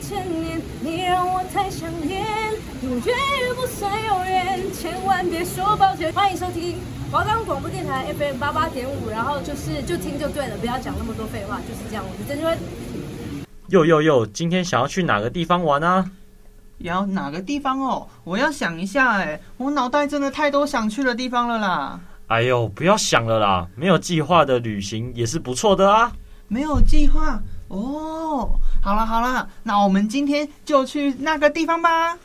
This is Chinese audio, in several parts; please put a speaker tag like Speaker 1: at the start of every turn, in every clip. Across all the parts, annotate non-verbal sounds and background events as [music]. Speaker 1: 千年，你让我太想念，永远不算永远，千万别说抱歉。欢迎收听华冈广播电台 FM 八八点五，然后就是就听就对了，不要讲那么多废话，就是这样。我是郑钧，
Speaker 2: 又又又，今天想要去哪个地方玩啊？
Speaker 3: 也要哪个地方哦？我要想一下哎、我脑袋真的太多想去的地方了啦。
Speaker 2: 哎呦，不要想了啦，没有计划的旅行也是不错的啊。
Speaker 3: 没有计划哦。好啦好啦，那我们今天就去那个地方吧。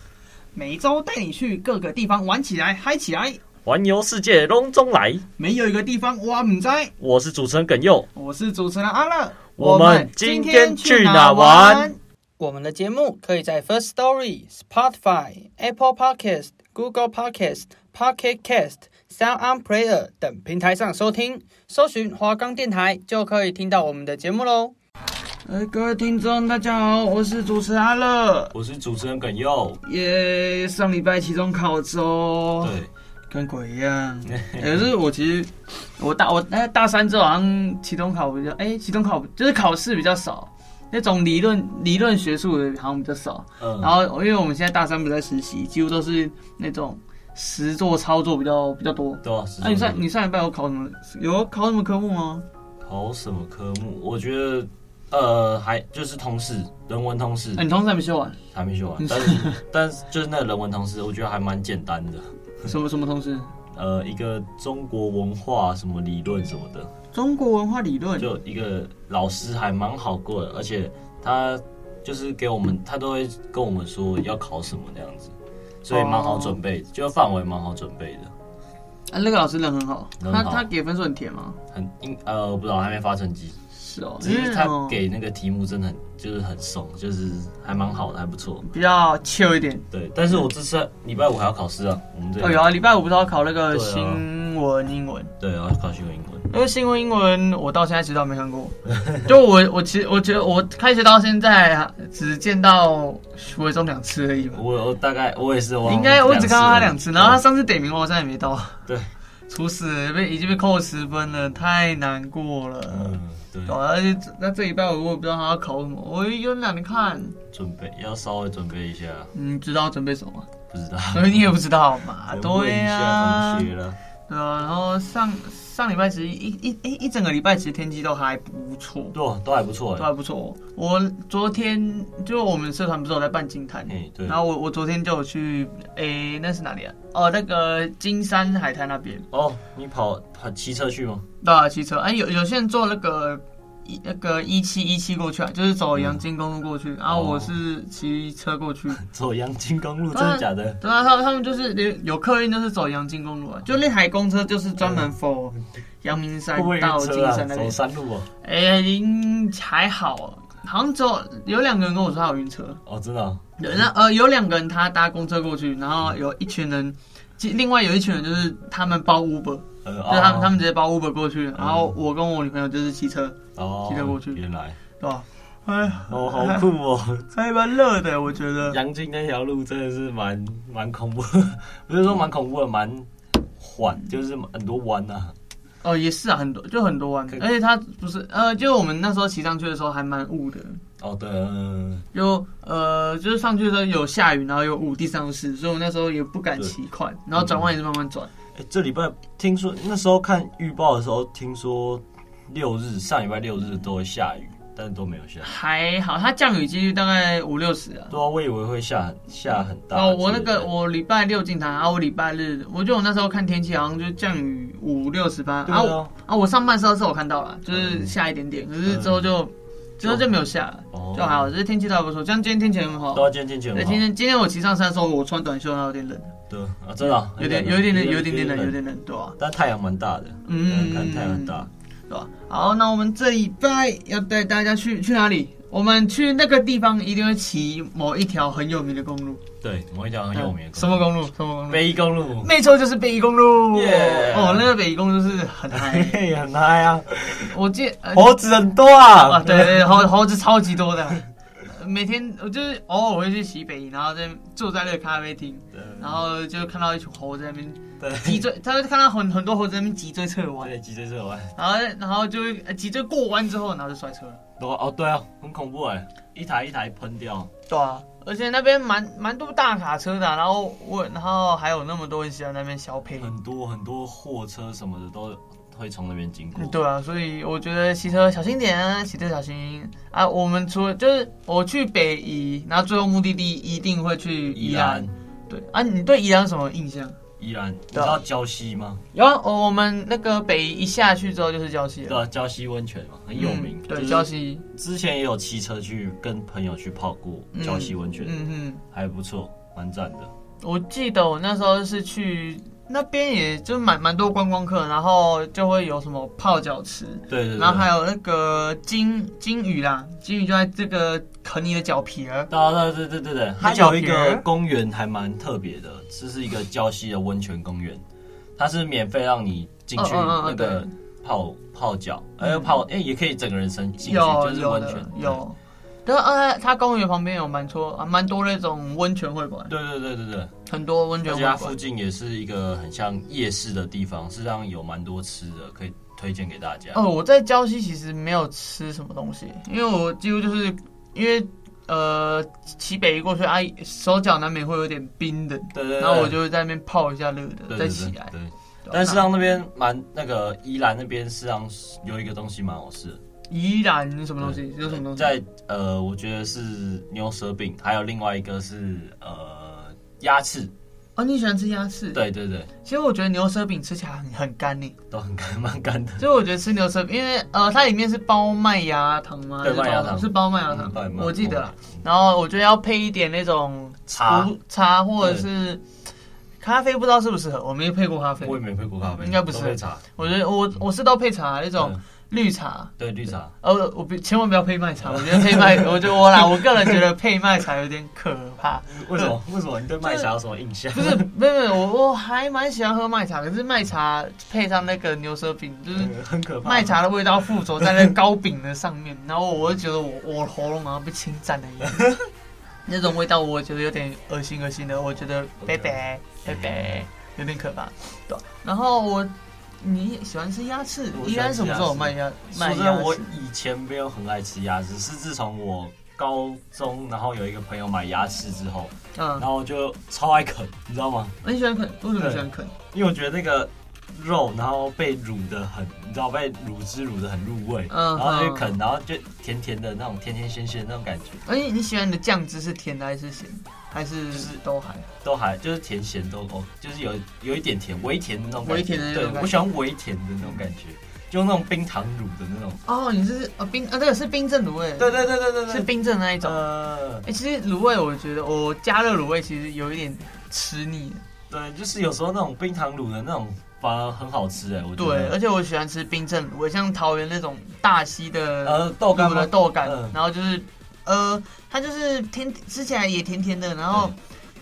Speaker 3: 每周带你去各个地方玩起来，嗨起来！
Speaker 2: 环游世界隆中来，
Speaker 3: 没有一个地方我唔知。
Speaker 2: 我是主持人耿佑，
Speaker 3: 我是主持人阿乐，
Speaker 2: 我们今天去哪玩？
Speaker 3: 我们的节目可以在 First Story、Spotify、Apple Podcast、Google Podcast、Pocket Cast、Sound On Player 等平台上收听，搜寻华冈电台就可以听到我们的节目喽。呃，各位听众，大家好，我是主持人阿乐。
Speaker 2: 我是主持人耿佑。
Speaker 3: 耶、上礼拜期中考周，， [laughs] 跟鬼一样。可是我其实我大我大大三之后好像期中考比较，哎、期中考就是考试比较少，那种理论理论学术的好像比较少。
Speaker 2: 嗯
Speaker 3: 然后因为我们现在大三不在实习，几乎都是那种实作操作比较比较多。
Speaker 2: 对啊，
Speaker 3: 那、你上你上礼拜有考什么？有考什么科目吗？
Speaker 2: 考什么科目？我觉得。呃，还就是通识，人文通识
Speaker 3: 哎、你通识还没修完？
Speaker 2: 还没修完，但是 [laughs] 但是就是那个人文通识，我觉得还蛮简单的。
Speaker 3: 什么什么通识？
Speaker 2: 呃，一个中国文化什么理论什么的，
Speaker 3: 中国文化理论。
Speaker 2: 就一个老师还蛮好过的，而且他就是给我们，他都会跟我们说要考什么那样子，所以蛮好准备，就范围蛮好准备的。
Speaker 3: 啊，那个老师人很好，
Speaker 2: 人
Speaker 3: 他
Speaker 2: 好
Speaker 3: 他给分数很甜吗？
Speaker 2: 很应呃，我不知道还没发成绩，
Speaker 3: 是哦，
Speaker 2: 只是
Speaker 3: 因为
Speaker 2: 他
Speaker 3: 哦
Speaker 2: 给那个题目真的很就是很松，就是还蛮好的，还不错。
Speaker 3: 比较 chill 一点。
Speaker 2: 对，但是我这次礼拜五还要考试啊，我们这
Speaker 3: 哦，有啊，礼拜五不是要考那个
Speaker 2: 对啊
Speaker 3: 新闻英文？
Speaker 2: 对啊要考新闻英文。
Speaker 3: 那个新闻英文我到现在知道没看过， [laughs] 就我我其实我觉得我开学到现在啊只见到徐伟忠两次而已嘛，
Speaker 2: 我我大概我也是，
Speaker 3: 应该我只看到他两次，然后他
Speaker 2: 上
Speaker 3: 上次啊点名我好像也没到，
Speaker 2: 对，
Speaker 3: 初始被已经被扣十分了，太难过了。
Speaker 2: 嗯对
Speaker 3: 对，而且这那这礼拜我也不知道他要考什么，我有懒得看。
Speaker 2: 准备要稍微准备一下，
Speaker 3: 你知道准备什么吗？
Speaker 2: 不
Speaker 3: [laughs]
Speaker 2: 知道。
Speaker 3: 所以你也不知道嘛？
Speaker 2: [laughs] 问
Speaker 3: 啊对
Speaker 2: 一
Speaker 3: 呀、
Speaker 2: 下同学了。
Speaker 3: 对啊，然后上上礼拜其实一一一一整个礼拜其实天气都还不错，
Speaker 2: 对，都还不错
Speaker 3: 都
Speaker 2: 哎。
Speaker 3: 还不错。哦我昨天就我们社团不是有在办金滩，
Speaker 2: 哎，对
Speaker 3: 然。后我我昨天就有去，诶，那是哪里啊？哦，那个金山海滩那边，
Speaker 2: 哦，你跑跑骑车去吗？
Speaker 3: 对啊，骑车。哎、有有些人坐那个一那个一七一七过去啊，就是
Speaker 2: 嗯
Speaker 3: 走阳金公路过去，然后
Speaker 2: 哦
Speaker 3: 我是骑车过去。
Speaker 2: [laughs] 走阳金公路，真
Speaker 3: 当
Speaker 2: 的
Speaker 3: 然
Speaker 2: 假的？
Speaker 3: 对啊，他们他们就是有客运，就是走阳金公路啊，就那台公车就是专门 for 阳明山
Speaker 2: 嗯会不会
Speaker 3: 到
Speaker 2: 晕
Speaker 3: 金
Speaker 2: 车啊？
Speaker 3: 山那
Speaker 2: 走
Speaker 3: 边。
Speaker 2: 山路哦。
Speaker 3: 哎、应还好，哦好像只有有两个人跟我说他有晕车。
Speaker 2: 哦，真的哦。
Speaker 3: 对，那呃有两个人他搭公车过去，然后有一群人，其另外有一群人就是他们包 Uber，、
Speaker 2: 呃，
Speaker 3: 就是他们
Speaker 2: 哦
Speaker 3: 他们直接包 Uber 过去，然后我跟我女朋友就是骑车，
Speaker 2: 哦，
Speaker 3: 骑车过去
Speaker 2: 原来
Speaker 3: 对吧？哎，
Speaker 2: 哦，好酷
Speaker 3: [laughs]
Speaker 2: 哦！
Speaker 3: 还蛮热的，我觉得。
Speaker 2: 阳金那条路真的是蛮蛮恐怖， [laughs] 不是说蛮恐怖的，蛮缓，就是很多弯呐。
Speaker 3: 哦，也是啊，很多就很多弯
Speaker 2: 可，
Speaker 3: 而且它不是呃，就我们那时候骑上去的时候还蛮雾的，
Speaker 2: 哦，对，嗯
Speaker 3: 就呃就是上去的时候有下雨，然后有雾，地上湿，所以我那时候也不敢骑快，然后转弯也是慢慢转。
Speaker 2: 哎，这礼拜听说那时候看预报的时候，听说六日上礼拜六日都会下雨，但是都没有下。
Speaker 3: 还好，它降雨几率大概五六十啊。
Speaker 2: 对啊，我以为会下很下很大。
Speaker 3: 哦，我那个我礼拜六进台，然后我礼拜日，我就我那时候看天气好像就降雨五六十八，
Speaker 2: 对
Speaker 3: 然后
Speaker 2: 啊，
Speaker 3: 啊我上半时候是我看到了，就是下一点点，可是之后就之后就没有下了，
Speaker 2: 哦
Speaker 3: 就还好，就是天气都还不错，像今天天气很好
Speaker 2: 都。要渐渐渐
Speaker 3: 对，今啊天今天我骑上山的时候，我穿短袖，然后有点冷，
Speaker 2: 对啊，真的啊
Speaker 3: 有点
Speaker 2: 很
Speaker 3: 有一点
Speaker 2: 冷
Speaker 3: 冷，有一点点冷，有，点冷，对吧？
Speaker 2: 但太阳蛮大的，
Speaker 3: 嗯
Speaker 2: 看太阳很大。
Speaker 3: 对吧？好，那我们这礼拜要带大家去去哪里？我们去那个地方一定会骑某一条很有名的公路，
Speaker 2: 对，某一条很有名的
Speaker 3: 什么公路？什么公路？
Speaker 2: 北宜公
Speaker 3: [laughs]
Speaker 2: 路，
Speaker 3: 没错，就是北宜公路。
Speaker 2: Yeah
Speaker 3: 哦，那个北宜公路就是很
Speaker 2: 嘿
Speaker 3: 嗨。
Speaker 2: 嘿，很嗨
Speaker 3: [laughs]
Speaker 2: 啊，
Speaker 3: 我记得呃
Speaker 2: 猴子很多
Speaker 3: 啊，
Speaker 2: 啊，
Speaker 3: 对对，对猴猴子超级多的。呃每天我就是偶尔会去西北宜，然后在坐在那个咖啡厅，
Speaker 2: 对
Speaker 3: 然后就看到一群猴子在那边
Speaker 2: 对
Speaker 3: 脊 [laughs] 椎，他就看到很很多猴子在那边脊椎侧弯，
Speaker 2: 对，脊椎侧弯，
Speaker 3: 然后然后就呃脊椎过弯之后，然后就摔车了。
Speaker 2: 啊多哦，对啊，很恐怖哎，一台一台喷掉，
Speaker 3: 对对啊，而且那边蛮蛮多大卡车的啊、然后我然后还有那么多人喜欢在那边消费，
Speaker 2: 很多很多货车什么的都会从那边经过。
Speaker 3: 嗯对啊，所以我觉得骑车小心点啊，骑车小心啊。我们除了就是我去北宜，然后最后目的地一定会去
Speaker 2: 宜
Speaker 3: 宜
Speaker 2: 兰
Speaker 3: 兰。，啊对啊，你对宜兰有什么印象？
Speaker 2: 宜兰，你知道礁溪吗？
Speaker 3: 有啊，哦我们那个北宜一下去之后就是礁溪
Speaker 2: 对
Speaker 3: 了，
Speaker 2: 啊，礁溪温泉嘛，很有名。
Speaker 3: 嗯
Speaker 2: 就
Speaker 3: 对，
Speaker 2: 是
Speaker 3: 礁溪，
Speaker 2: 之前也有骑车去跟朋友去泡过
Speaker 3: 嗯
Speaker 2: 礁溪温泉，
Speaker 3: 嗯嗯。
Speaker 2: 还不错，蛮赞的。
Speaker 3: 我记得我那时候是去那边，也就蛮蛮多观光客，然后就会有什么泡脚池，
Speaker 2: 对对对。
Speaker 3: 然后还有那个金金鱼啦，金鱼就在这个啃你的脚皮儿。
Speaker 2: 对啊对对对对对，还
Speaker 3: 脚
Speaker 2: 有
Speaker 3: 皮
Speaker 2: 一
Speaker 3: 儿
Speaker 2: 个公园还蛮特别的，这是一个礁溪的温泉公园，它是免费让你进去
Speaker 3: 嗯嗯嗯
Speaker 2: 那个
Speaker 3: 对
Speaker 2: 泡泡脚，还有
Speaker 3: 嗯
Speaker 2: 泡哎也可以整个人伸进去，
Speaker 3: 有
Speaker 2: 就是
Speaker 3: 有
Speaker 2: 温
Speaker 3: 的
Speaker 2: 泉。
Speaker 3: 有，对啊，它公园旁边有蛮多啊蛮多那种温泉会馆，
Speaker 2: 对对对对对，
Speaker 3: 很多温泉
Speaker 2: 而
Speaker 3: 会
Speaker 2: 且它
Speaker 3: 馆。
Speaker 2: 附近也是一个很像夜市的地方，是让有蛮多吃的，可以推荐给大家。
Speaker 3: 哦，我在礁溪其实没有吃什么东西，因为我几乎就是因为呃骑北移过去，啊手脚难免会有点冰的，
Speaker 2: 对对对，
Speaker 3: 然后我就在那边泡一下热的，
Speaker 2: 对
Speaker 3: 再
Speaker 2: 对
Speaker 3: 起
Speaker 2: 对
Speaker 3: 来。
Speaker 2: 对。
Speaker 3: 对
Speaker 2: 但是让那边蛮那个宜兰那边是让有一个东西蛮好吃的，
Speaker 3: 那宜然什么东西？有什么东西？
Speaker 2: 在呃，我觉得是牛舌饼，还有另外一个是呃鸭翅，
Speaker 3: 哦，你喜欢吃鸭翅？。
Speaker 2: 对对对，
Speaker 3: 其实我觉得牛舌饼吃起来很很干欸呢，
Speaker 2: 都很干， [laughs] 蛮干的。
Speaker 3: 所以我觉得吃牛舌饼，因为呃它里面是包麦芽糖吗？
Speaker 2: 对
Speaker 3: 还是包
Speaker 2: 麦芽糖
Speaker 3: 是包麦芽
Speaker 2: 嗯对
Speaker 3: 糖，
Speaker 2: 蛮
Speaker 3: 我记得
Speaker 2: 蛮
Speaker 3: 啦。然后我觉得要配一点那种
Speaker 2: 茶，
Speaker 3: 苦茶或者是咖啡，不知道适不适合，我没配过咖啡
Speaker 2: 我。也没配过咖啡，
Speaker 3: 应该不是
Speaker 2: 都配茶，
Speaker 3: 我觉得我我是都配茶那种
Speaker 2: 嗯
Speaker 3: 绿茶，
Speaker 2: 对绿茶，
Speaker 3: 呃，我不千万不要配麦茶，我觉得
Speaker 2: [laughs]
Speaker 3: 配麦，我觉得我啦，我个人觉得配麦茶有点可怕。 [laughs]
Speaker 2: 为什么？为什么你对麦茶有什么印象？
Speaker 3: 不
Speaker 2: [laughs]
Speaker 3: 是，没有没有，我我还蛮喜欢喝麦茶，可是麦茶配上那个牛舌饼，就是
Speaker 2: 嗯很可怕。
Speaker 3: 麦茶的味道附着在那个糕饼的上面，然后我就觉得我我喉咙好像被侵占了一样，那种味道我觉得有点恶心恶心的，我觉得拜拜拜拜，有点可怕。对，然后我你喜欢吃鸭翅，
Speaker 2: 我
Speaker 3: 依
Speaker 2: 喜欢
Speaker 3: 然
Speaker 2: 吃
Speaker 3: 什么时候有
Speaker 2: 鸭翅
Speaker 3: 卖鸭
Speaker 2: 说
Speaker 3: 卖
Speaker 2: 真
Speaker 3: 鸭
Speaker 2: 的，我
Speaker 3: 翅？
Speaker 2: 以前没有很爱吃鸭翅，是自从我高中，然后有一个朋友买鸭翅之后，
Speaker 3: 嗯
Speaker 2: 然，后我就超爱啃，你知道吗？
Speaker 3: 你喜欢啃？为什么喜欢啃？
Speaker 2: 因为我觉得那个肉，然后被卤的很，你知道被卤汁卤的很入味，
Speaker 3: 嗯
Speaker 2: 然后
Speaker 3: 嗯
Speaker 2: 就啃，然后就甜甜的那种，甜甜鲜鲜的那种感觉，
Speaker 3: 而哎且你喜欢你的酱汁是甜的还是咸的？还是
Speaker 2: 是
Speaker 3: 都还好？
Speaker 2: 都还就是甜咸都哦，就是有有一点甜，微甜的那种感觉，
Speaker 3: 微甜的那种感觉
Speaker 2: 对，我喜欢微甜的那种感觉，就那种冰糖乳的那种，
Speaker 3: 哦，你是哦冰啊，这个是冰镇卤味，
Speaker 2: 对对对对对对，
Speaker 3: 是冰镇的那一种。哎、
Speaker 2: 呃，
Speaker 3: 其实卤味，我觉得我加热卤味其实有一点吃腻了，
Speaker 2: 对，就是有时候那种冰糖乳的那种反而很好吃哎，我觉
Speaker 3: 对，而
Speaker 2: 得，
Speaker 3: 且我喜欢吃冰镇卤味，像桃园那种大溪的
Speaker 2: 呃，豆干
Speaker 3: 卤
Speaker 2: 吗
Speaker 3: 的？豆干，
Speaker 2: 嗯
Speaker 3: 然后就是呃，它就是甜，吃起来也甜甜的，然后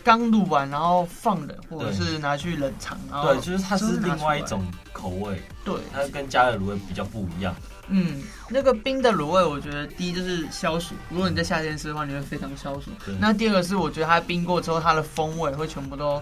Speaker 3: 刚卤完，然后放冷或者
Speaker 2: 嗯对
Speaker 3: 是拿去冷藏，然后
Speaker 2: 对，就是它是另外一种口味，
Speaker 3: 对，
Speaker 2: 它跟加热卤味比较不一样。
Speaker 3: 嗯，那个冰的卤味，我觉得第一就是消暑，如果你在夏天吃的话，你会非常消暑
Speaker 2: 对。
Speaker 3: 那第二个是，我觉得它冰过之后，它的风味会全部都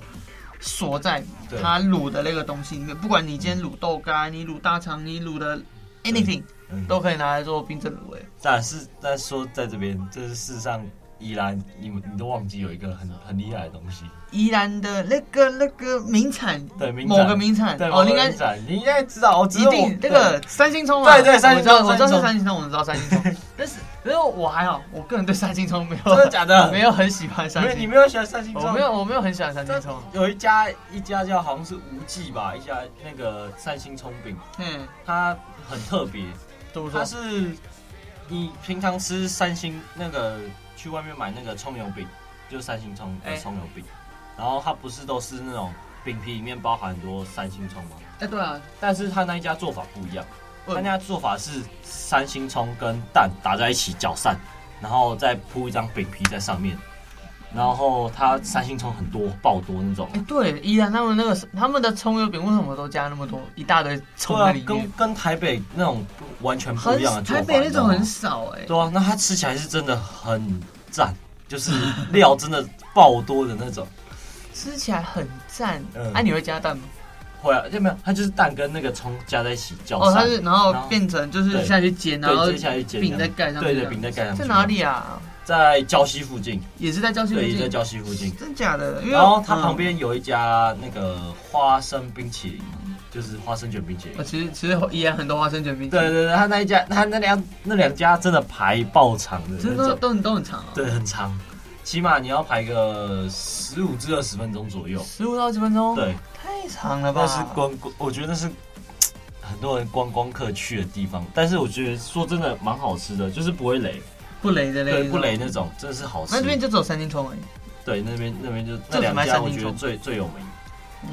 Speaker 3: 锁在
Speaker 2: 对
Speaker 3: 它卤的那个东西里面，不管你今天卤豆干，你卤大肠，你卤的 anything
Speaker 2: 嗯
Speaker 3: 都可以拿来做冰镇卤味。
Speaker 2: 但是但说在这边，这是世上依然你们你都忘记有一个很很厉害的东西，
Speaker 3: 宜兰的那个那个名产，
Speaker 2: 对，名
Speaker 3: 某
Speaker 2: 展
Speaker 3: 个名产，
Speaker 2: 对，
Speaker 3: 哦，
Speaker 2: 某
Speaker 3: 应
Speaker 2: 个
Speaker 3: 该
Speaker 2: 名展，你应该知道，我哦只
Speaker 3: 一
Speaker 2: 是我
Speaker 3: 定那个三星葱嘛，啊
Speaker 2: 对对三星葱
Speaker 3: 我知道我知道是三
Speaker 2: 三
Speaker 3: 星葱，我知道三星葱，但是因为我还好，我个人对三星葱没
Speaker 2: 对真的
Speaker 3: 有
Speaker 2: 假的？
Speaker 3: [laughs] 没有很喜欢三
Speaker 2: 没有，
Speaker 3: 星
Speaker 2: 你
Speaker 3: 葱。
Speaker 2: 没有喜欢三星
Speaker 3: 我
Speaker 2: 葱？
Speaker 3: 没有，我没有很喜欢三
Speaker 2: 这
Speaker 3: 星葱。
Speaker 2: 有一家一家叫好像是无忌吧，一家那个三星葱饼，
Speaker 3: 嗯，
Speaker 2: 它很特别，
Speaker 3: 怎么
Speaker 2: 它是你平常吃三星那个去外面买那个葱油饼，就是三星葱
Speaker 3: 哎
Speaker 2: 的葱油饼，然后它不是都是那种饼皮里面包含很多三星葱吗？
Speaker 3: 哎，对啊，
Speaker 2: 但是他那一家做法不一样，他
Speaker 3: 嗯
Speaker 2: 那家做法是三星葱跟蛋打在一起搅散，然后再铺一张饼皮在上面，然后它三星葱很多爆多那种，
Speaker 3: 哎，对，依然他们那个他们的葱油饼为什么都加那么多一大堆葱
Speaker 2: 对
Speaker 3: 在
Speaker 2: 啊
Speaker 3: 里，面
Speaker 2: 跟？跟台北那种完全不
Speaker 3: 很
Speaker 2: 一样的做法，
Speaker 3: 台北那种很
Speaker 2: 你知
Speaker 3: 少
Speaker 2: 啊道吗
Speaker 3: 哎。
Speaker 2: 对啊，那它吃起来是真的很赞，就是料真的爆多的那种，
Speaker 3: 吃起来很赞。
Speaker 2: 嗯
Speaker 3: 啊，你会加蛋吗？
Speaker 2: 会啊，就没有，它就是蛋跟那个葱加在一起搅
Speaker 3: 哦，
Speaker 2: 散，
Speaker 3: 它是然后
Speaker 2: 然后
Speaker 3: 变成就是
Speaker 2: 对
Speaker 3: 下去煎，然后
Speaker 2: 对，接下来一剪
Speaker 3: 饼再盖上去。
Speaker 2: 对对，饼再盖上去，
Speaker 3: 在哪里啊？
Speaker 2: 在礁溪附近，
Speaker 3: 也是在教室附
Speaker 2: 对，也在
Speaker 3: 近，
Speaker 2: 礁溪附近。
Speaker 3: 真假的？因为
Speaker 2: 然后它
Speaker 3: 嗯
Speaker 2: 旁边有一家那个花生冰淇淋，就是花生卷冰淇淋
Speaker 3: 我。其实其实宜兰很多花生卷冰淇淋，
Speaker 2: 对对对，它那一家，它那两那两家真的排爆长的
Speaker 3: 真
Speaker 2: 那
Speaker 3: 的
Speaker 2: 种，
Speaker 3: 都很都很长哦，
Speaker 2: 对，很长，起码你要排个十五至二十分钟左右。
Speaker 3: 十五到二十分钟，，
Speaker 2: 对，
Speaker 3: 太长了吧？
Speaker 2: 那是观光，我觉得那是很多人观光客去的地方，但是我觉得说真的蛮好吃的，就是不会雷，
Speaker 3: 不雷的
Speaker 2: 对，
Speaker 3: 嘞，
Speaker 2: 不雷那种，真的是好吃
Speaker 3: 那这。边就只有三星冲而已。
Speaker 2: 对，那边那边就
Speaker 3: 这
Speaker 2: 那
Speaker 3: 怎
Speaker 2: 两
Speaker 3: 么还
Speaker 2: 家，
Speaker 3: 三
Speaker 2: 我
Speaker 3: 星
Speaker 2: 觉得
Speaker 3: 葱
Speaker 2: 最最有名。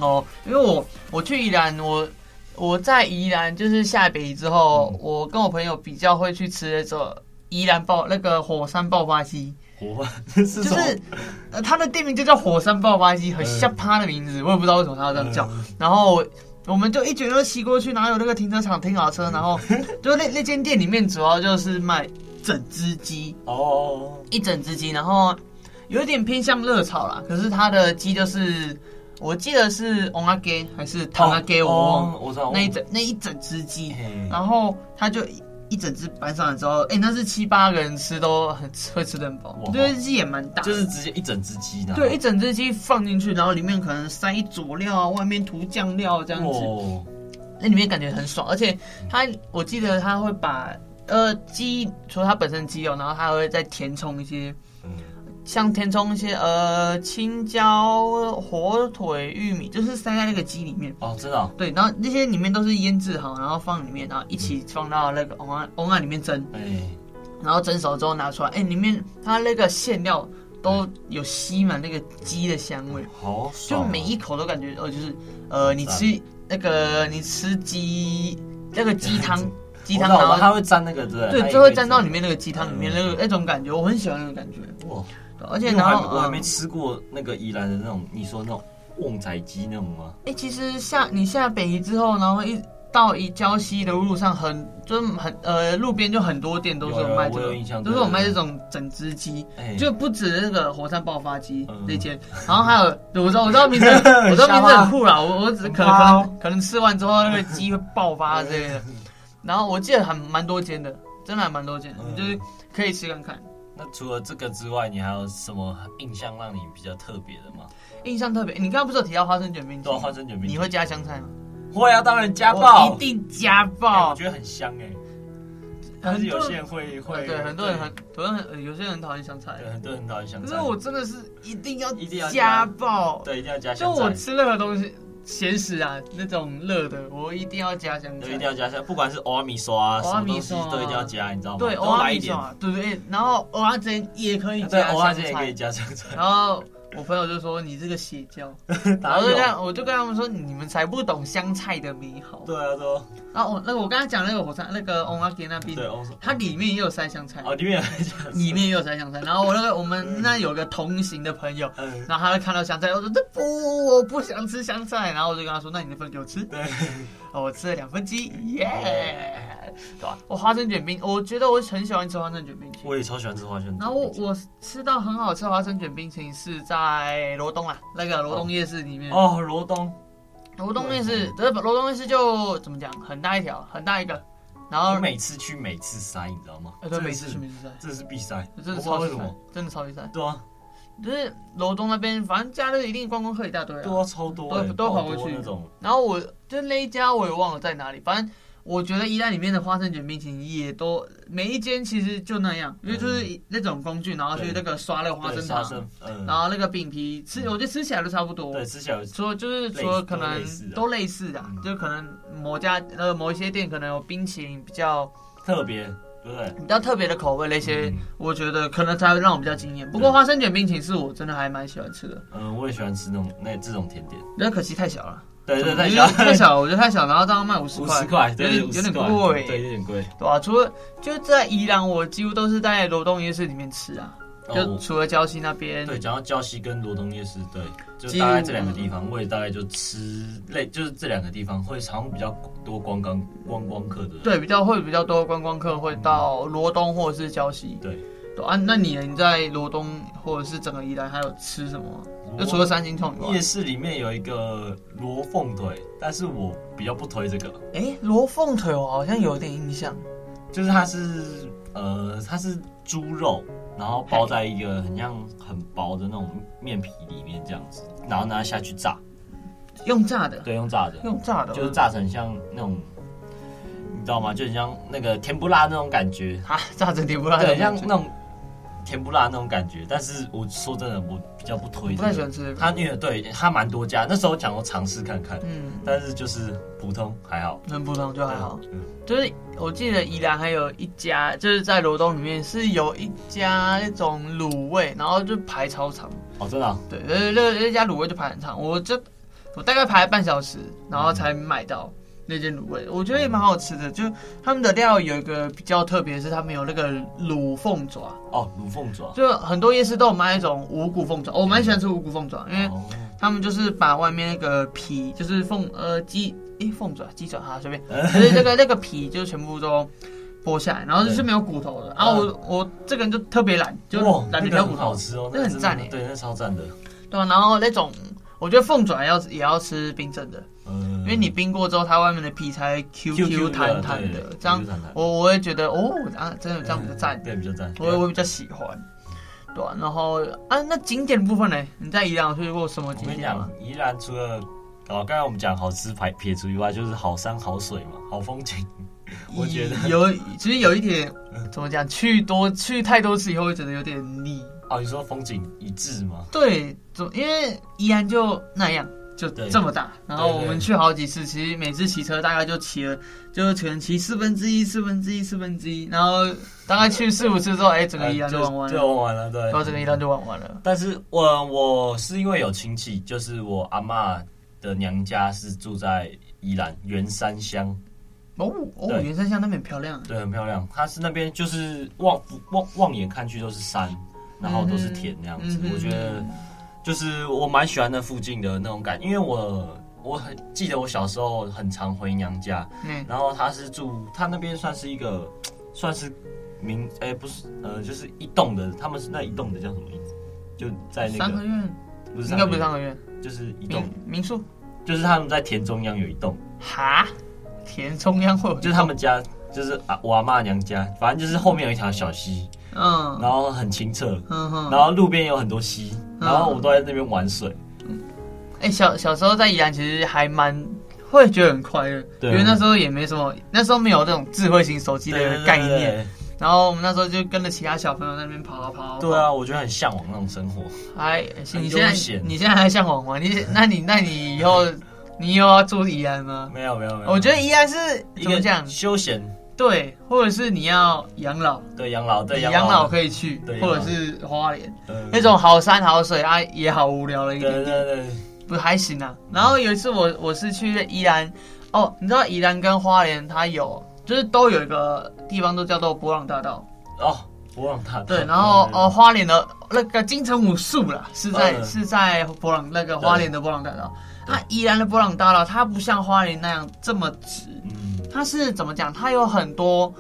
Speaker 3: 哦，因为我我去宜兰，我我在宜兰就是下北移之后，
Speaker 2: 嗯
Speaker 3: 我跟我朋友比较会去吃的这宜兰爆那个火山爆发鸡，
Speaker 2: 火 [laughs] 是
Speaker 3: 就
Speaker 2: 什么？
Speaker 3: 是呃它的店名就叫火山爆发鸡，很
Speaker 2: 嗯
Speaker 3: 像趴的名字，我也不知道为什么它要这样叫
Speaker 2: 嗯。
Speaker 3: 然后我们就一卷就骑过去，然后有那个停车场停好车，然
Speaker 2: [laughs]
Speaker 3: 后就那那间店里面主要就是卖整只鸡，
Speaker 2: 哦，
Speaker 3: 一整只鸡，然后有点偏向热炒啦。可是它的鸡就是，我记得是 on a g 还是 t a n a g 我忘
Speaker 2: 哦
Speaker 3: 了
Speaker 2: 我知道
Speaker 3: 那一整那一整只鸡
Speaker 2: 嘿，
Speaker 3: 然后它就一一整只搬上来之后，哎、那是七八个人吃都很会吃得很饱
Speaker 2: 哇，
Speaker 3: 这只鸡也蛮大的，
Speaker 2: 就是直接一整只鸡呢。
Speaker 3: 对一整只鸡放进去，然后里面可能塞佐料啊，外面涂酱料这样子。
Speaker 2: 哦，
Speaker 3: 那里面感觉很爽，而且它，我记得它会把呃鸡，除了它本身鸡肉，然后它还会再填充一些，
Speaker 2: 嗯
Speaker 3: 像填充一些呃青椒、火腿、玉米，就是塞在那个鸡里面。
Speaker 2: 哦，真的哦，
Speaker 3: 对，然后那些里面都是腌制好，然后放里面，然后一起放到那个红案红案里面蒸，
Speaker 2: 哎，
Speaker 3: 然后蒸熟之后拿出来，哎，里面它那个馅料都有吸满那个鸡的香味。
Speaker 2: 好
Speaker 3: 就
Speaker 2: 爽哦，
Speaker 3: 每一口都感觉哦，就是呃，你
Speaker 2: 赞
Speaker 3: 吃那个你吃鸡那个鸡汤鸡
Speaker 2: 我
Speaker 3: 汤，
Speaker 2: 知道我知道
Speaker 3: 然
Speaker 2: 它
Speaker 3: 后
Speaker 2: 会沾哦那个，对不对，它
Speaker 3: 对，
Speaker 2: 也
Speaker 3: 就会
Speaker 2: 可以
Speaker 3: 沾到里面那个鸡汤里面
Speaker 2: 嗯
Speaker 3: 那个那种感觉，我很喜欢那个感觉。
Speaker 2: 哇，
Speaker 3: 对而
Speaker 2: 因
Speaker 3: 且
Speaker 2: 为我
Speaker 3: 然
Speaker 2: 还
Speaker 3: 后
Speaker 2: 我还没
Speaker 3: 嗯
Speaker 2: 吃过那个宜兰的那种，你说那种旺仔鸡那种吗？
Speaker 3: 哎，其实下你下北移之后，然后一到一礁溪的路上很就是很呃路边就很多店都是
Speaker 2: 有有
Speaker 3: 卖这
Speaker 2: 我有
Speaker 3: 个
Speaker 2: 印象，
Speaker 3: 都是
Speaker 2: 对
Speaker 3: 有卖
Speaker 2: 对
Speaker 3: 这
Speaker 2: 对
Speaker 3: 种整只鸡。
Speaker 2: 哎，
Speaker 3: 就不止那个火山爆发机
Speaker 2: 嗯
Speaker 3: 那间，然后还有我知道我知
Speaker 2: [laughs]
Speaker 3: 道名字，我知道名字很酷啦，我我只可能可
Speaker 2: 哇哦
Speaker 3: 能可能吃完之后那个鸡会爆发之类的，
Speaker 2: 嗯
Speaker 3: 然后我记得还蛮多间的，真的还蛮多间的，
Speaker 2: 嗯
Speaker 3: 你就是可以吃看看。
Speaker 2: 那除了这个之外，你还有什么印象让你比较特别的吗？
Speaker 3: 印象特别，你刚刚不是有提到花生卷冰淇
Speaker 2: 对啊，
Speaker 3: 淋？
Speaker 2: 花生卷冰淇
Speaker 3: 你
Speaker 2: 淋
Speaker 3: 会加香菜吗？
Speaker 2: 会啊，当然加爆，
Speaker 3: 我一定加
Speaker 2: 哎我
Speaker 3: 爆。
Speaker 2: 觉得很香哎，但
Speaker 3: 很
Speaker 2: 是
Speaker 3: 多
Speaker 2: 有些人会会
Speaker 3: 对很多人很很多人很有些人很讨厌香菜，
Speaker 2: 对很多人很讨厌香
Speaker 3: 可
Speaker 2: 菜，
Speaker 3: 是我真的是一定要
Speaker 2: 一定要
Speaker 3: 加
Speaker 2: 加
Speaker 3: 爆。
Speaker 2: 对一定要加
Speaker 3: 就
Speaker 2: 香
Speaker 3: 我
Speaker 2: 菜，
Speaker 3: 吃任何东西，咸食啊那种热的，我一定要加香
Speaker 2: 对一定
Speaker 3: 菜。
Speaker 2: 要加香，不管是欧阿米刷啊，
Speaker 3: 欧
Speaker 2: 什
Speaker 3: 阿
Speaker 2: 么
Speaker 3: 米
Speaker 2: 东西
Speaker 3: 刷啊
Speaker 2: 都一定要加，你知道吗？
Speaker 3: 对，
Speaker 2: 都
Speaker 3: 偶尔
Speaker 2: 来一
Speaker 3: 米
Speaker 2: 点
Speaker 3: 酒，啊，对对对，然后偶尔煎也可以
Speaker 2: 对，
Speaker 3: 加
Speaker 2: 欧阿
Speaker 3: 香
Speaker 2: 姐也可以
Speaker 3: 菜。
Speaker 2: 加香菜，
Speaker 3: 然后我朋友就说你这个邪教，然
Speaker 2: 哪
Speaker 3: 后就
Speaker 2: 有
Speaker 3: 跟？他我就跟他们说你们才不懂香菜的美好。
Speaker 2: 对啊，对啊
Speaker 3: 然后我那个我刚才讲那个火山那个欧阿给那边，
Speaker 2: 对，我说
Speaker 3: 它里面也有塞香菜，
Speaker 2: 哦，里嗯面有加，
Speaker 3: 里面也有塞香菜。然后我那个我们那有个同行的朋友，
Speaker 2: 嗯，
Speaker 3: 然后他就看到香菜，我说这不，我不想吃香菜。然后我就跟他说，那你能不能给我吃？
Speaker 2: 对，
Speaker 3: 哦，我吃了两份鸡，耶、对吧、我花生卷冰，我觉得我很喜欢吃花生卷冰淇淋。
Speaker 2: 我也超喜欢吃花生卷，
Speaker 3: 然后我我吃到很好吃的花生卷冰淇淋是在罗东啊，那个罗东夜市里面。
Speaker 2: 哦，罗东，
Speaker 3: 罗东夜市，这罗东夜市就怎么讲，很大一条，很大一个。然后
Speaker 2: 我，每次去每次塞，你知道吗？
Speaker 3: 呃，对，
Speaker 2: 真的
Speaker 3: 每次
Speaker 2: 是
Speaker 3: 去每次塞，
Speaker 2: 这是必塞，
Speaker 3: 真的
Speaker 2: 我不知道
Speaker 3: 超
Speaker 2: 为
Speaker 3: 级
Speaker 2: 什
Speaker 3: 塞
Speaker 2: 么？，
Speaker 3: 真的超级塞。
Speaker 2: 对啊，
Speaker 3: 就是罗东那边，反正加热一定观光客一大堆啊。
Speaker 2: 对啊，超多欸，
Speaker 3: 都都跑
Speaker 2: 好
Speaker 3: 过
Speaker 2: 多
Speaker 3: 去
Speaker 2: 那种，
Speaker 3: 然后我就那一家我也忘了在哪里，反正我觉得一代里面的花生卷冰淇淋也都每一间其实就那样，因为就是一那种工具，然后去
Speaker 2: 对
Speaker 3: 那个刷那个花
Speaker 2: 嗯对
Speaker 3: 生
Speaker 2: 沙
Speaker 3: 糖，
Speaker 2: 生，嗯，
Speaker 3: 然后那个饼皮吃，我觉得吃起来都差不多
Speaker 2: 对，。吃起来有
Speaker 3: 除了就是
Speaker 2: 类
Speaker 3: 除了
Speaker 2: 都
Speaker 3: 可能
Speaker 2: 类似啊
Speaker 3: 都类似的啊，
Speaker 2: 嗯
Speaker 3: 就可能某家呃某一些店可能有冰淇淋比较
Speaker 2: 特别，对不对？
Speaker 3: 比较特别的口味那些
Speaker 2: 嗯，
Speaker 3: 我觉得可能才会让我比较惊艳。不过
Speaker 2: 对
Speaker 3: 花生卷冰淇淋是我真的还蛮喜欢吃的，
Speaker 2: 嗯，我也喜欢吃那种那这种甜点，
Speaker 3: 但可惜太小了，
Speaker 2: 对对，太
Speaker 3: 我觉
Speaker 2: 小
Speaker 3: 得太小了，我觉得太小，然后这样卖五十
Speaker 2: 五
Speaker 3: 块
Speaker 2: 十，块，
Speaker 3: 有
Speaker 2: 对，
Speaker 3: 点
Speaker 2: 五
Speaker 3: 有
Speaker 2: 十
Speaker 3: 点
Speaker 2: 块，
Speaker 3: 贵
Speaker 2: 对，有点贵。
Speaker 3: 对啊，除了就在宜兰，我几乎都是在罗东夜市里面吃啊，
Speaker 2: 哦
Speaker 3: 就
Speaker 2: 我
Speaker 3: 除了礁溪那边，
Speaker 2: 对，讲到礁溪跟罗东夜市，对，
Speaker 3: 几
Speaker 2: 就
Speaker 3: 乎
Speaker 2: 大概这两个地方，我也大概就吃类，就是这两个地方会常比较多观光观光客的人。
Speaker 3: 对比较会比较多观光客会到罗东或者是礁溪。
Speaker 2: 对
Speaker 3: 对啊，那你呢你在罗东或者是整个宜兰还有吃什么吗？就除了三星葱以外
Speaker 2: 夜，市里面有一个罗凤腿，但是我比较不推这个，
Speaker 3: 哎，罗凤腿我好像有点印象，
Speaker 2: 就是它是呃它是猪肉，然后包在一个很像很薄的那种面皮里面这样子，然后拿下去炸，
Speaker 3: 用炸的，
Speaker 2: 对，用炸的，
Speaker 3: 用炸的，
Speaker 2: 就是炸成像那种，你知道吗？就很像那个甜不辣那种感觉，
Speaker 3: 啊，炸成甜不辣的
Speaker 2: 对，
Speaker 3: 感
Speaker 2: 很
Speaker 3: 觉，
Speaker 2: 像那种甜不辣那种感觉。但是我说真的，我比较不推这
Speaker 3: 不太
Speaker 2: 个，
Speaker 3: 喜欢吃这个，
Speaker 2: 它因为对它蛮多家，那时候想要尝试看看，
Speaker 3: 嗯，
Speaker 2: 但是就是普通还好，
Speaker 3: 很普通就还好。
Speaker 2: 嗯，
Speaker 3: 就是我记得宜兰还有一家，就是在罗东里面是有一家那种卤味，然后就排超长，
Speaker 2: 哦，真的啊、
Speaker 3: 对，那那那家卤味就排很长，我就我大概排了半小时，然后才买到那间卤味，我觉得也蛮好吃的。就他们的料有一个比较特别，是他们有那个卤凤爪，
Speaker 2: 哦，卤凤爪，
Speaker 3: 就很多夜市都有卖那种五谷凤爪，我蛮喜欢吃五谷凤爪，因为
Speaker 2: 哦，
Speaker 3: 他们就是把外面那个皮，就是凤呃鸡诶凤爪、鸡爪哈随
Speaker 2: [laughs]
Speaker 3: 便，就是那个那个皮就全部都剥下来，然后就是没有骨头的。然后我我这个人就特别懒，就
Speaker 2: 嗯哇，
Speaker 3: 懒
Speaker 2: 那
Speaker 3: 得
Speaker 2: 个
Speaker 3: 挑骨
Speaker 2: 很好
Speaker 3: 头，
Speaker 2: 吃哦，
Speaker 3: 那个很赞
Speaker 2: 真的
Speaker 3: 欸
Speaker 2: 对，那超赞的，
Speaker 3: 对啊然后那种我觉得凤爪要也要吃冰镇的，
Speaker 2: 嗯，
Speaker 3: 因为你冰过之后，它外面的皮才 Q Q 弹弹的，这样我我会觉得哦，啊真的这样比较赞，
Speaker 2: 对，比较赞。
Speaker 3: 我我比较喜欢。对啊、然后啊，那景点部分呢？你在宜兰有去过什么
Speaker 2: 我
Speaker 3: 景
Speaker 2: 跟你
Speaker 3: 点
Speaker 2: 讲
Speaker 3: 吗？，
Speaker 2: 宜兰除了哦，刚才我们讲好吃排撇除以外，就是好山好水嘛，好风景。 [laughs] 我觉得嗯
Speaker 3: 有，其实有一点怎么讲，去多去太多次以后会觉得有点腻。
Speaker 2: 哦，你说风景一致吗？
Speaker 3: 对，总因为宜兰就那样，就
Speaker 2: 对
Speaker 3: 这么大。然后
Speaker 2: 对
Speaker 3: 我们去好几次，其实每次骑车大概就骑了，就可能骑四分之一、四分之一、四分之一，然后大概去四五次之后，哎，整
Speaker 2: 呃
Speaker 3: 个宜兰就玩完
Speaker 2: 对，
Speaker 3: 了，
Speaker 2: 玩完了，
Speaker 3: 然后整
Speaker 2: 对。
Speaker 3: 个宜兰就玩完了。
Speaker 2: 但是我我是因为有亲戚，就是我阿嬷的娘家是住在宜兰圆山乡，
Speaker 3: 哦哦，
Speaker 2: 对
Speaker 3: 原山乡那边很漂亮，啊
Speaker 2: 对，很漂亮。它是那边就是望望望眼看去都是山，然后都是田那样子。
Speaker 3: 嗯哼
Speaker 2: 我觉得就是我蛮喜欢那附近的那种感，因为我我很记得我小时候很常回娘家，
Speaker 3: 嗯，
Speaker 2: 然后他是住他那边算是一个算是民哎、不是呃就是一栋的，他们是那一栋的叫什么名字？就在那
Speaker 3: 三合
Speaker 2: 个
Speaker 3: 院
Speaker 2: 不是
Speaker 3: 应
Speaker 2: 三
Speaker 3: 该
Speaker 2: 合
Speaker 3: 不是三
Speaker 2: 院，
Speaker 3: 合嗯院，
Speaker 2: 就是一栋
Speaker 3: 民，民宿
Speaker 2: 就是他们在田中央有一栋，
Speaker 3: 哈，田中央会有
Speaker 2: 就是他们家就是啊我阿妈娘家，反正就是后面有一条小溪，
Speaker 3: 嗯
Speaker 2: 然后很清澈，
Speaker 3: 嗯哼，
Speaker 2: 然后路边有很多溪，
Speaker 3: 嗯
Speaker 2: 然后我都在那边玩水。
Speaker 3: 哎、小小时候在宜兰其实还蛮会觉得很快乐，
Speaker 2: 对啊
Speaker 3: 因为那时候也没什么，那时候没有那种智慧型手机的概念。然后我们那时候就跟着其他小朋友在那边跑啊跑啊
Speaker 2: 对，对啊，我觉得很向往那种生活。
Speaker 3: 跑还你现
Speaker 2: 悠
Speaker 3: 在
Speaker 2: 闲
Speaker 3: 你现在还向往吗？你那你那你以后你以后要住宜兰吗？
Speaker 2: 没有没有没有，
Speaker 3: 我觉得宜兰是
Speaker 2: 嗯一
Speaker 3: 怎么
Speaker 2: 个
Speaker 3: 讲？
Speaker 2: 休闲，
Speaker 3: 对，或者是你要养老，
Speaker 2: 对养老，对
Speaker 3: 你养老
Speaker 2: 老，
Speaker 3: 可以去
Speaker 2: 对，养
Speaker 3: 或
Speaker 2: 老
Speaker 3: 者是花莲
Speaker 2: 嗯
Speaker 3: 那种好山好水啊，也好无聊的一
Speaker 2: 对
Speaker 3: 点
Speaker 2: 对
Speaker 3: 点。
Speaker 2: 对，
Speaker 3: 不还行啊。然后有一次我我是去宜兰，哦，你知道宜兰跟花莲它有就是都有一个地方都叫做波浪大道，
Speaker 2: 哦，波浪大道
Speaker 3: 对，然后哦，花莲的那个金城武术啦是在、
Speaker 2: 嗯
Speaker 3: 是在波浪那个花莲的波浪大道，它宜兰的波浪大道它不像花莲那样这么直，
Speaker 2: 嗯，
Speaker 3: 它是怎么讲？它有很多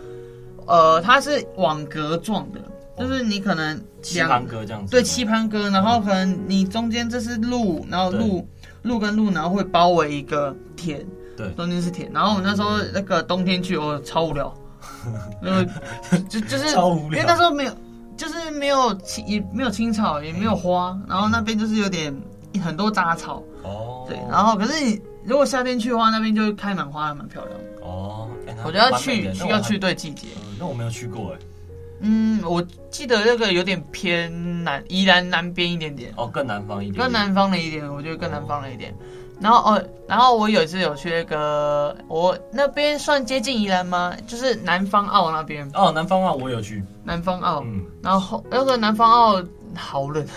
Speaker 3: 呃，它是网格状的，就是你可能
Speaker 2: 棋
Speaker 3: 两
Speaker 2: 盘格这样子，
Speaker 3: 对棋盘格，然后可能你中间这是路，然后路路跟路，然后会包围一个田，
Speaker 2: 对
Speaker 3: 中间是田。然后我们那时候那个冬天去，哦，超
Speaker 2: [laughs]
Speaker 3: 无聊，那个就就是
Speaker 2: 超无聊
Speaker 3: 因为那时候没有，就是没有青，也没有青草，也没有花，然后那边就是有点很多杂草，
Speaker 2: 哦，
Speaker 3: 对。然后可是你如果夏天去的话，那边就开满花，还蛮漂亮的。
Speaker 2: 哦，哎那
Speaker 3: 我觉得要
Speaker 2: 蛮美
Speaker 3: 去
Speaker 2: 的那我
Speaker 3: 要
Speaker 2: 还
Speaker 3: 去对季节。
Speaker 2: 嗯那我没有去过哎，
Speaker 3: 嗯，我记得那个有点偏南，宜兰南边一点点。
Speaker 2: 哦，更南方一点，
Speaker 3: 更南方了一点，我觉得更南方了一点。然后哦，然后我有一次有去那个，我那边算接近宜兰吗？就是南方澳那边，
Speaker 2: 哦，南方啊，我有去，
Speaker 3: 南方澳。
Speaker 2: 嗯，
Speaker 3: 然后那个南方澳好冷，啊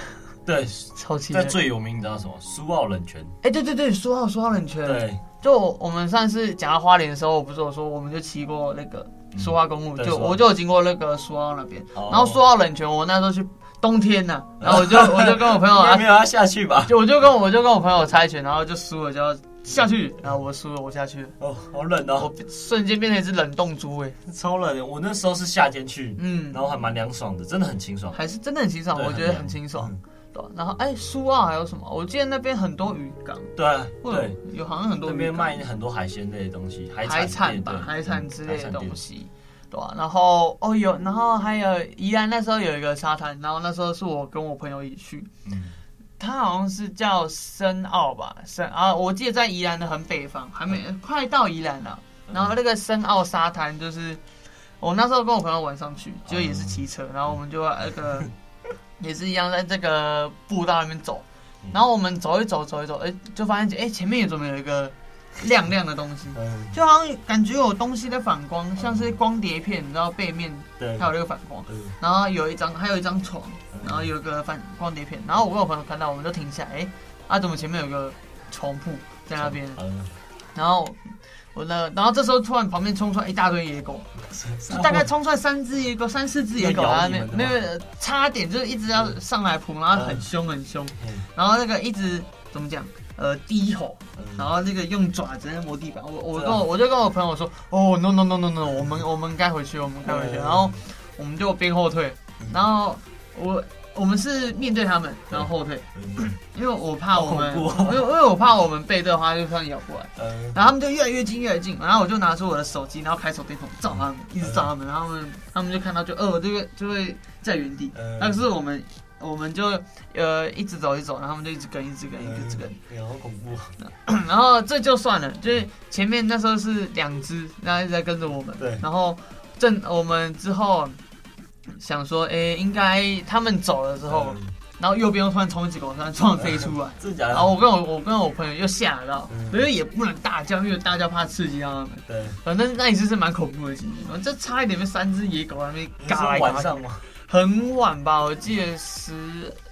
Speaker 2: 对，
Speaker 3: 超级
Speaker 2: 在
Speaker 3: 冷。
Speaker 2: 最有名你知道什么？苏澳冷泉，
Speaker 3: 哎，对对对，说到说到冷泉，
Speaker 2: 对，
Speaker 3: 就我我们上次讲到花莲的时候，我不是有说我们就骑过那个苏花公路，
Speaker 2: 对嗯
Speaker 3: 就
Speaker 2: 苏花哦
Speaker 3: 我就有经过那个苏澳那边。
Speaker 2: 然
Speaker 3: 然后说到冷泉，我那时候去冬天呐、
Speaker 2: [laughs]
Speaker 3: 然后我就我就跟我朋友啊
Speaker 2: 没有要下去吧？
Speaker 3: 就我就跟我就跟我朋友猜拳，然后就输了，就要下去，然后我输了，我下去了，
Speaker 2: 哦，好冷哦
Speaker 3: 我，瞬间变成一只冷冻猪哎、
Speaker 2: 超冷的。我那时候是夏天去，
Speaker 3: 嗯，
Speaker 2: 然后还蛮凉爽的，真的很清爽。
Speaker 3: 还是真的很清爽，
Speaker 2: 对
Speaker 3: 我觉得很清爽。对吧，然后哎，苏澳还有什么？我记得那边很多渔港，
Speaker 2: 对啊
Speaker 3: 或
Speaker 2: 对
Speaker 3: 者，有好像很多
Speaker 2: 那
Speaker 3: 渔
Speaker 2: 边
Speaker 3: 港
Speaker 2: 卖很多海鲜类的东西，海
Speaker 3: 海
Speaker 2: 产
Speaker 3: 产
Speaker 2: 店
Speaker 3: 吧，
Speaker 2: 对嗯
Speaker 3: 海产之类
Speaker 2: 海
Speaker 3: 的
Speaker 2: 产店
Speaker 3: 东西。对啊，然后哦有，然后还有宜兰那时候有一个沙滩，然后那时候是我跟我朋友一起去，
Speaker 2: 嗯，
Speaker 3: 它好像是叫深澳吧，深啊，我记得在宜兰的很北方，还没、
Speaker 2: 嗯
Speaker 3: 快到宜兰了、然后那个深澳沙滩就是，我那时候跟我朋友晚上去，就也是骑车，然后我们就那个也是一样在这个步道那边走，然后我们走一走走一走，哎、就发现哎、前面有怎么有一个亮亮的东西，
Speaker 2: 嗯，
Speaker 3: 就好像感觉有东西在反光，像是光碟片，你知道背面
Speaker 2: 对，
Speaker 3: 它有那个反光，
Speaker 2: 嗯
Speaker 3: 然后有一张还有一张床，然后有一个反光碟片，然后我跟我朋友看到，我们就停下来，哎、啊怎么前面有个床铺在那边？
Speaker 2: 嗯
Speaker 3: 然后我那，然后这时候突然旁边冲出来一大堆野狗，大概冲出来三只野狗，三四只野狗，
Speaker 2: 哦要咬
Speaker 3: 然后
Speaker 2: 你
Speaker 3: 那
Speaker 2: 们
Speaker 3: 边没
Speaker 2: 的
Speaker 3: 有
Speaker 2: 吗
Speaker 3: 没有，差点就是一直要上来扑，然后很凶很凶，
Speaker 2: 嗯
Speaker 3: 然后那个一直怎么讲？呃，低吼，
Speaker 2: 嗯
Speaker 3: 然后那个用爪子在磨地板。我我
Speaker 2: 对啊
Speaker 3: 跟我我就跟我朋友说，哦，no no no no no，我们我们该回去，我们该回去。
Speaker 2: 嗯
Speaker 3: 然后我们就边后退
Speaker 2: 嗯，
Speaker 3: 然后我我们是面对他们，然后后退，
Speaker 2: 嗯
Speaker 3: 因为我怕我们，
Speaker 2: 好恐怖
Speaker 3: 因
Speaker 2: 哦
Speaker 3: 为因为我怕我们背对的话就突然咬过来。
Speaker 2: 嗯
Speaker 3: 然后他们就越来越近，越来越近。然后我就拿出我的手机，然后开手电筒照他们，一直照他们。然后他们他们就看到就，呃，就会就会在原地。
Speaker 2: 嗯
Speaker 3: 但是我们我们就呃一直走一直走，然后他们就一直跟，一直跟，一直跟。
Speaker 2: 嗯好恐怖，嗯
Speaker 3: [clears throat] 然后这就算了，就是前面那时候是两只，然后一直在跟着我们。
Speaker 2: 对
Speaker 3: 然后正我们之后想说，诶，应该他们走了之后，
Speaker 2: 嗯
Speaker 3: 然后右边又突然冲一只狗，突然撞飞出来。
Speaker 2: 真假
Speaker 3: 然
Speaker 2: 的？
Speaker 3: 后我跟我我跟我朋友又吓到，
Speaker 2: 嗯
Speaker 3: 可是也不能大叫，因为大叫怕刺激到他们。
Speaker 2: 对，
Speaker 3: 反正那一次是蛮恐怖的经历，这差一点被三只野狗在那边嘎来
Speaker 2: 是
Speaker 3: 嘎
Speaker 2: 晚
Speaker 3: 去
Speaker 2: 上吗？
Speaker 3: 很晚吧，我记得十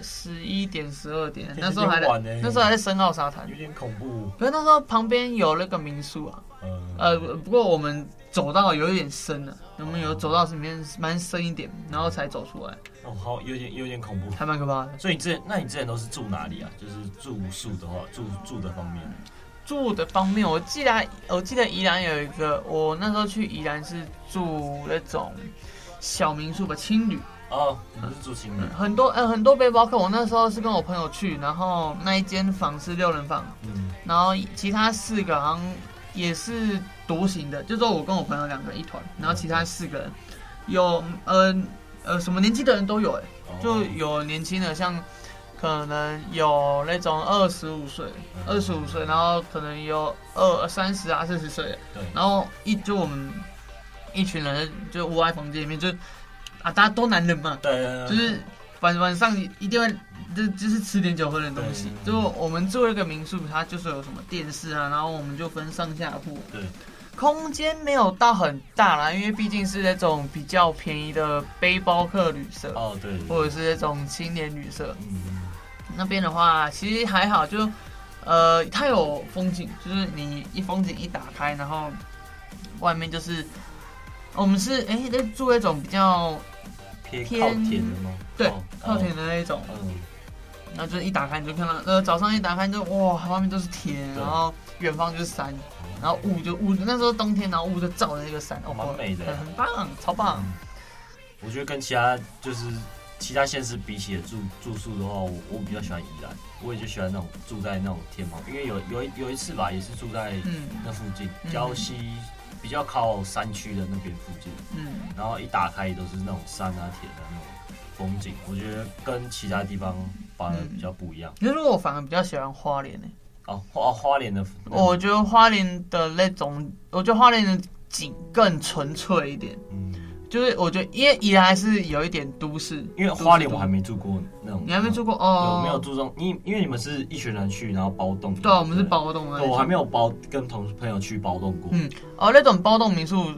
Speaker 3: 十一点十二点，
Speaker 2: 其实
Speaker 3: 那时候还在
Speaker 2: [laughs] 有点晚欸
Speaker 3: 那时候还在深澳沙滩
Speaker 2: 有，点恐怖，
Speaker 3: 可是那时候旁边有那个民宿啊，
Speaker 2: 嗯
Speaker 3: 呃，不过我们走到有一点深了、我们有走到里面蛮深一点，然后才走出来，
Speaker 2: 哦，好，有点有点恐怖。
Speaker 3: 还蛮可怕的。
Speaker 2: 所以你之前，那你之前都是住哪里啊？就是住宿的话，住住的方面，
Speaker 3: 住的方面，我记得还我记得宜兰有一个，我那时候去宜兰是住那种小民宿吧，青旅，
Speaker 2: 哦，你是住青旅，
Speaker 3: 很多呃很多背包客。我那时候是跟我朋友去，然后那一间房是六人房，
Speaker 2: 嗯
Speaker 3: 然后其他四个好像也是独行的，就说我跟我朋友两个人一团，然后其他四个人有呃呃什么年纪的人都有、欸，
Speaker 2: 哦
Speaker 3: 就有年轻的，像可能有那种二十五岁、
Speaker 2: 嗯
Speaker 3: 二十五岁，然后可能有二三十啊、四十岁的，
Speaker 2: 对，
Speaker 3: 然后一就我们一群人就窝在房间里面，就啊大家都男人嘛，
Speaker 2: 对，
Speaker 3: 就是晚晚上一定会就就是吃点酒喝点东西。
Speaker 2: 对
Speaker 3: 就我们住了一个民宿，它就是有什么电视啊，然后我们就分上下铺，
Speaker 2: 对，
Speaker 3: 空间没有到很大啦，因为毕竟是那种比较便宜的背包客旅社。
Speaker 2: 哦对，
Speaker 3: 或者是这种青年旅社
Speaker 2: 嗯
Speaker 3: 那边的话，其实还好，就呃，它有风景，就是你一风景一打开，然后外面就是我们是哎、那住那种比较
Speaker 2: 偏
Speaker 3: 偏
Speaker 2: 靠田的吗？
Speaker 3: 对
Speaker 2: 哦
Speaker 3: 靠田，的那一种，
Speaker 2: 哦嗯
Speaker 3: 然后就是一打开你就看到，呃，早上一打开就哇，外面都是田，
Speaker 2: 对
Speaker 3: 然后远方就是山，然后雾就雾，那时候冬天，然后雾就照着那个山，哦，
Speaker 2: 蛮美的
Speaker 3: 很很棒，超棒。
Speaker 2: 嗯我觉得跟其他就是其他县市比起的住住宿的话，我我比较喜欢宜兰，我也就喜欢那种住在那种天旁，因为有有一有一次吧，也是住在
Speaker 3: 嗯
Speaker 2: 那附近
Speaker 3: 嗯
Speaker 2: 礁溪比较靠山区的那边附近，
Speaker 3: 嗯，
Speaker 2: 然后一打开也都是那种山啊、田啊那种风景，我觉得跟其他地方反而比较不一样。
Speaker 3: 可是我反而比较喜欢花莲呢、欸
Speaker 2: 哦，花花莲的，
Speaker 3: 嗯哦我觉得花莲的那种，我觉得花莲的景更纯粹一点。
Speaker 2: 嗯，
Speaker 3: 就是我觉得，因为宜兰还是有一点都市，
Speaker 2: 因为花莲我还没住过那种，
Speaker 3: 你还没住
Speaker 2: 过，
Speaker 3: 过哦？
Speaker 2: 有没有？住中？因因为你们是一群人去，然后包栋，
Speaker 3: 对啊，我们是
Speaker 2: 对
Speaker 3: 包栋的那
Speaker 2: 对，
Speaker 3: 种。
Speaker 2: 我还没有包跟同朋友去包栋过。
Speaker 3: 嗯，哦，那种包栋民宿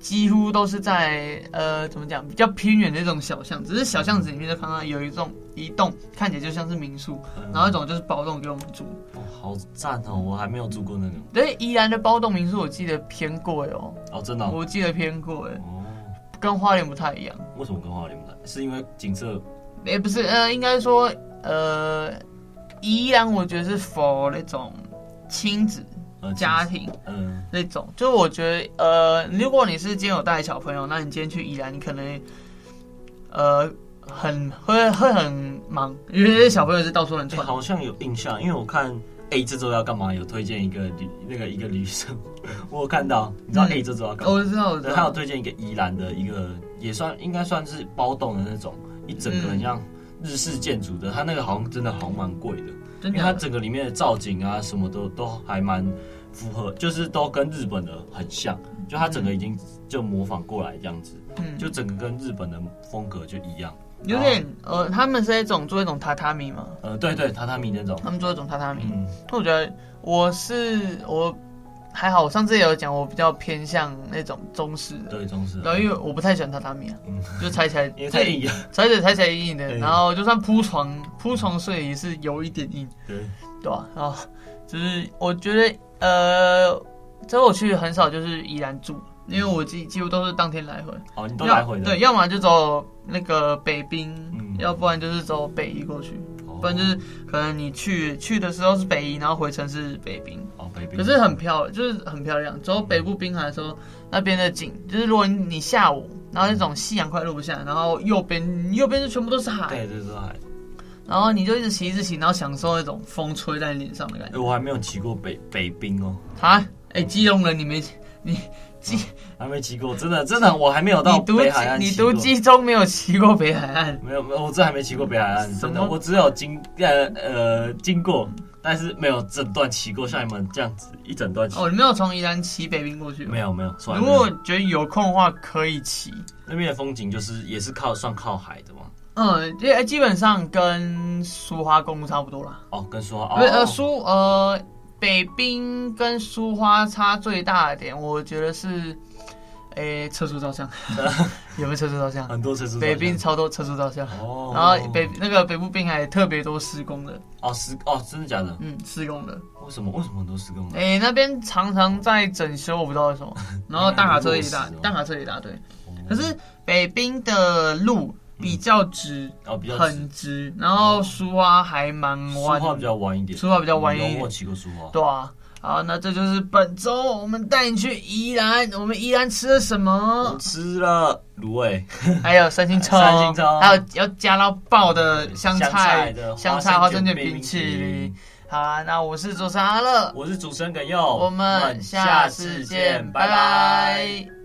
Speaker 3: 几乎都是在呃，怎么讲，比较偏远的那种小巷，只是小巷子里面就看到有一栋一栋看起来就像是民宿，
Speaker 2: 嗯
Speaker 3: 然后一种就是包栋给我们住。
Speaker 2: 哦好赞哦！我还没有住过那种
Speaker 3: 但是宜兰的包栋民宿我记得偏贵哦，
Speaker 2: 哦，真的哦。
Speaker 3: 我记得偏贵，
Speaker 2: 哦，
Speaker 3: 跟花莲不太一样。
Speaker 2: 为什么跟花莲不太？是因为景色
Speaker 3: 也、不是，呃，应该说，呃，宜兰我觉得是 for 那种亲子
Speaker 2: 呃
Speaker 3: 家庭
Speaker 2: 嗯
Speaker 3: 那种，就是我觉得，呃，如果你是今天有带小朋友，那你今天去宜兰，你可能，呃，很会会很忙，因为那些小朋友是到处乱
Speaker 2: 欸
Speaker 3: 窜。
Speaker 2: 好像有印象，因为我看 A 这周要干嘛？有推荐一个旅那个一个旅社， [laughs] 我有看到，你知道
Speaker 3: 嗯
Speaker 2: A 这周要干嘛？
Speaker 3: 我知道，我知
Speaker 2: 对，他有
Speaker 3: 道，
Speaker 2: 推荐一个宜兰的一个，也算应该算是包栋的那种，一整个很像日式建筑的。它那个好像真的好像蛮贵的，
Speaker 3: 真
Speaker 2: 因为它
Speaker 3: 的假
Speaker 2: 整个里面的造景啊什么都都还蛮符合，就是都跟日本的很像，就它整个已经就模仿过来这样子，
Speaker 3: 的，嗯，
Speaker 2: 就整个跟日本的风格就一样。
Speaker 3: 有点
Speaker 2: 哦
Speaker 3: 呃，他们是一种做一种榻榻米嘛，
Speaker 2: 呃，对对，榻榻米那种，
Speaker 3: 他们做一种榻榻米。
Speaker 2: 嗯，
Speaker 3: 那我觉得我是我还好，我上次也有讲，我比较偏向那种中式的，
Speaker 2: 对，中式的，
Speaker 3: 然后因为我不太喜欢榻榻米啊，
Speaker 2: 嗯
Speaker 3: 就
Speaker 2: [laughs]
Speaker 3: 踩起来
Speaker 2: 因为太硬了，
Speaker 3: 踩起来踩起来硬硬的，
Speaker 2: 对
Speaker 3: 然后就算铺床铺床睡也是有一点硬，
Speaker 2: 对，
Speaker 3: 对吧、然后就是我觉得呃，之后我去很少就是宜兰住，因为我几几乎都是当天来回，
Speaker 2: 哦，你都
Speaker 3: 要
Speaker 2: 来回的，
Speaker 3: 对，，要么就走那个北滨，
Speaker 2: 嗯哦
Speaker 3: 要不然就是走北宜过去，
Speaker 2: 不
Speaker 3: 不然就是可能你去去的时候是北宜，然后回程是北滨。
Speaker 2: 哦，北冰
Speaker 3: 可是很漂亮，就是很漂亮。走北部滨海的时候，那边的景，就是如果你下午，然后那种夕阳快落下，然后右边右边就全部都是海，
Speaker 2: 对，对对，还
Speaker 3: 然后你就一直骑一直骑，然后享受那种风吹在你脸上的感
Speaker 2: 哎
Speaker 3: 觉。
Speaker 2: 我还没有骑过北北冰哦。
Speaker 3: 啊，哎、基隆人你没
Speaker 2: 还没骑过，真的真的，我还没有到
Speaker 3: 你读
Speaker 2: 北海岸
Speaker 3: 你
Speaker 2: 骑
Speaker 3: 读
Speaker 2: 过。
Speaker 3: 基中没有骑过北海岸，
Speaker 2: 没有没有，我这还没骑过北海岸，
Speaker 3: 什
Speaker 2: 真
Speaker 3: 么
Speaker 2: 的，我只有经呃呃经过，但是没有整段骑过，像你们这样子一整段骑。
Speaker 3: 哦，你没有从宜兰骑北滨过去吗
Speaker 2: 没有没有，从来
Speaker 3: 如
Speaker 2: 没有
Speaker 3: 果觉得有空的话，可以骑。
Speaker 2: 那边的风景就是也是靠算靠海的嘛，
Speaker 3: 嗯，基基本上跟苏花公路差不多啦。
Speaker 2: 哦，跟说哦
Speaker 3: 不是呃苏呃北滨跟苏花差最大的点，我觉得是，诶、车速
Speaker 2: [laughs]
Speaker 3: 照相，有没有车速照相？
Speaker 2: 很多车子
Speaker 3: 北滨超多车速照相，
Speaker 2: 哦，
Speaker 3: 然后北那个北部滨海特别多施工的，
Speaker 2: 哦十哦真的假的？
Speaker 3: 嗯，施工的，
Speaker 2: 为什么为什么很多施工的？
Speaker 3: 诶、那边常常在整修，我不知道
Speaker 2: [laughs]
Speaker 3: 为什么，然后大卡车也一大
Speaker 2: 嗯，
Speaker 3: 大卡车也一大堆，
Speaker 2: 哦
Speaker 3: 可是北滨的路比较直，
Speaker 2: 哦比较直
Speaker 3: 很直，然后苏花还蛮
Speaker 2: 苏
Speaker 3: 弯，
Speaker 2: 花比较弯一点，
Speaker 3: 苏花比较弯一点
Speaker 2: 有我骑过苏花，
Speaker 3: 对啊，好，那这就是本周我们带你去宜兰，我们宜兰吃了什
Speaker 2: 我
Speaker 3: 么？
Speaker 2: 吃了卤味， [laughs]
Speaker 3: 还有三星葱，
Speaker 2: 嗯三星葱
Speaker 3: 还有要加到爆的香
Speaker 2: 香菜的
Speaker 3: 香菜花
Speaker 2: 花
Speaker 3: 生
Speaker 2: 生
Speaker 3: 卷
Speaker 2: 卷
Speaker 3: 冰
Speaker 2: 冰
Speaker 3: 淇
Speaker 2: 淇
Speaker 3: 淋
Speaker 2: 淋。
Speaker 3: 好啦，那我是主持人阿乐，
Speaker 2: 我是主持人耿佑，
Speaker 3: 我们下次见，拜拜